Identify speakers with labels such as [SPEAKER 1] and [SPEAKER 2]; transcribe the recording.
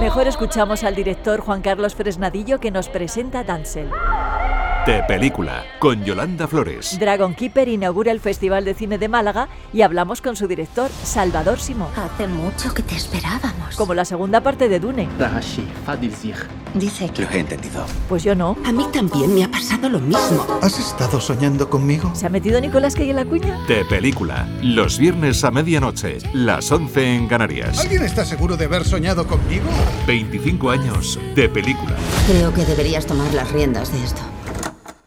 [SPEAKER 1] Mejor escuchamos al director Juan Carlos Fresnadillo que nos presenta Danzel.
[SPEAKER 2] De película, con Yolanda Flores.
[SPEAKER 1] Dragon Keeper inaugura el Festival de Cine de Málaga y hablamos con su director, Salvador Simón.
[SPEAKER 3] Hace mucho que te esperábamos.
[SPEAKER 1] Como la segunda parte de Dune.
[SPEAKER 3] Dice que...
[SPEAKER 4] Lo he entendido.
[SPEAKER 1] Pues yo no.
[SPEAKER 5] A mí también me ha pasado lo mismo.
[SPEAKER 6] ¿Has estado soñando conmigo?
[SPEAKER 1] ¿Se ha metido Nicolás Cage en la cuña?
[SPEAKER 2] De película, los viernes a medianoche, las 11 en Canarias.
[SPEAKER 7] ¿Alguien está seguro de haber soñado conmigo?
[SPEAKER 2] 25 años de película.
[SPEAKER 3] Creo que deberías tomar las riendas de esto.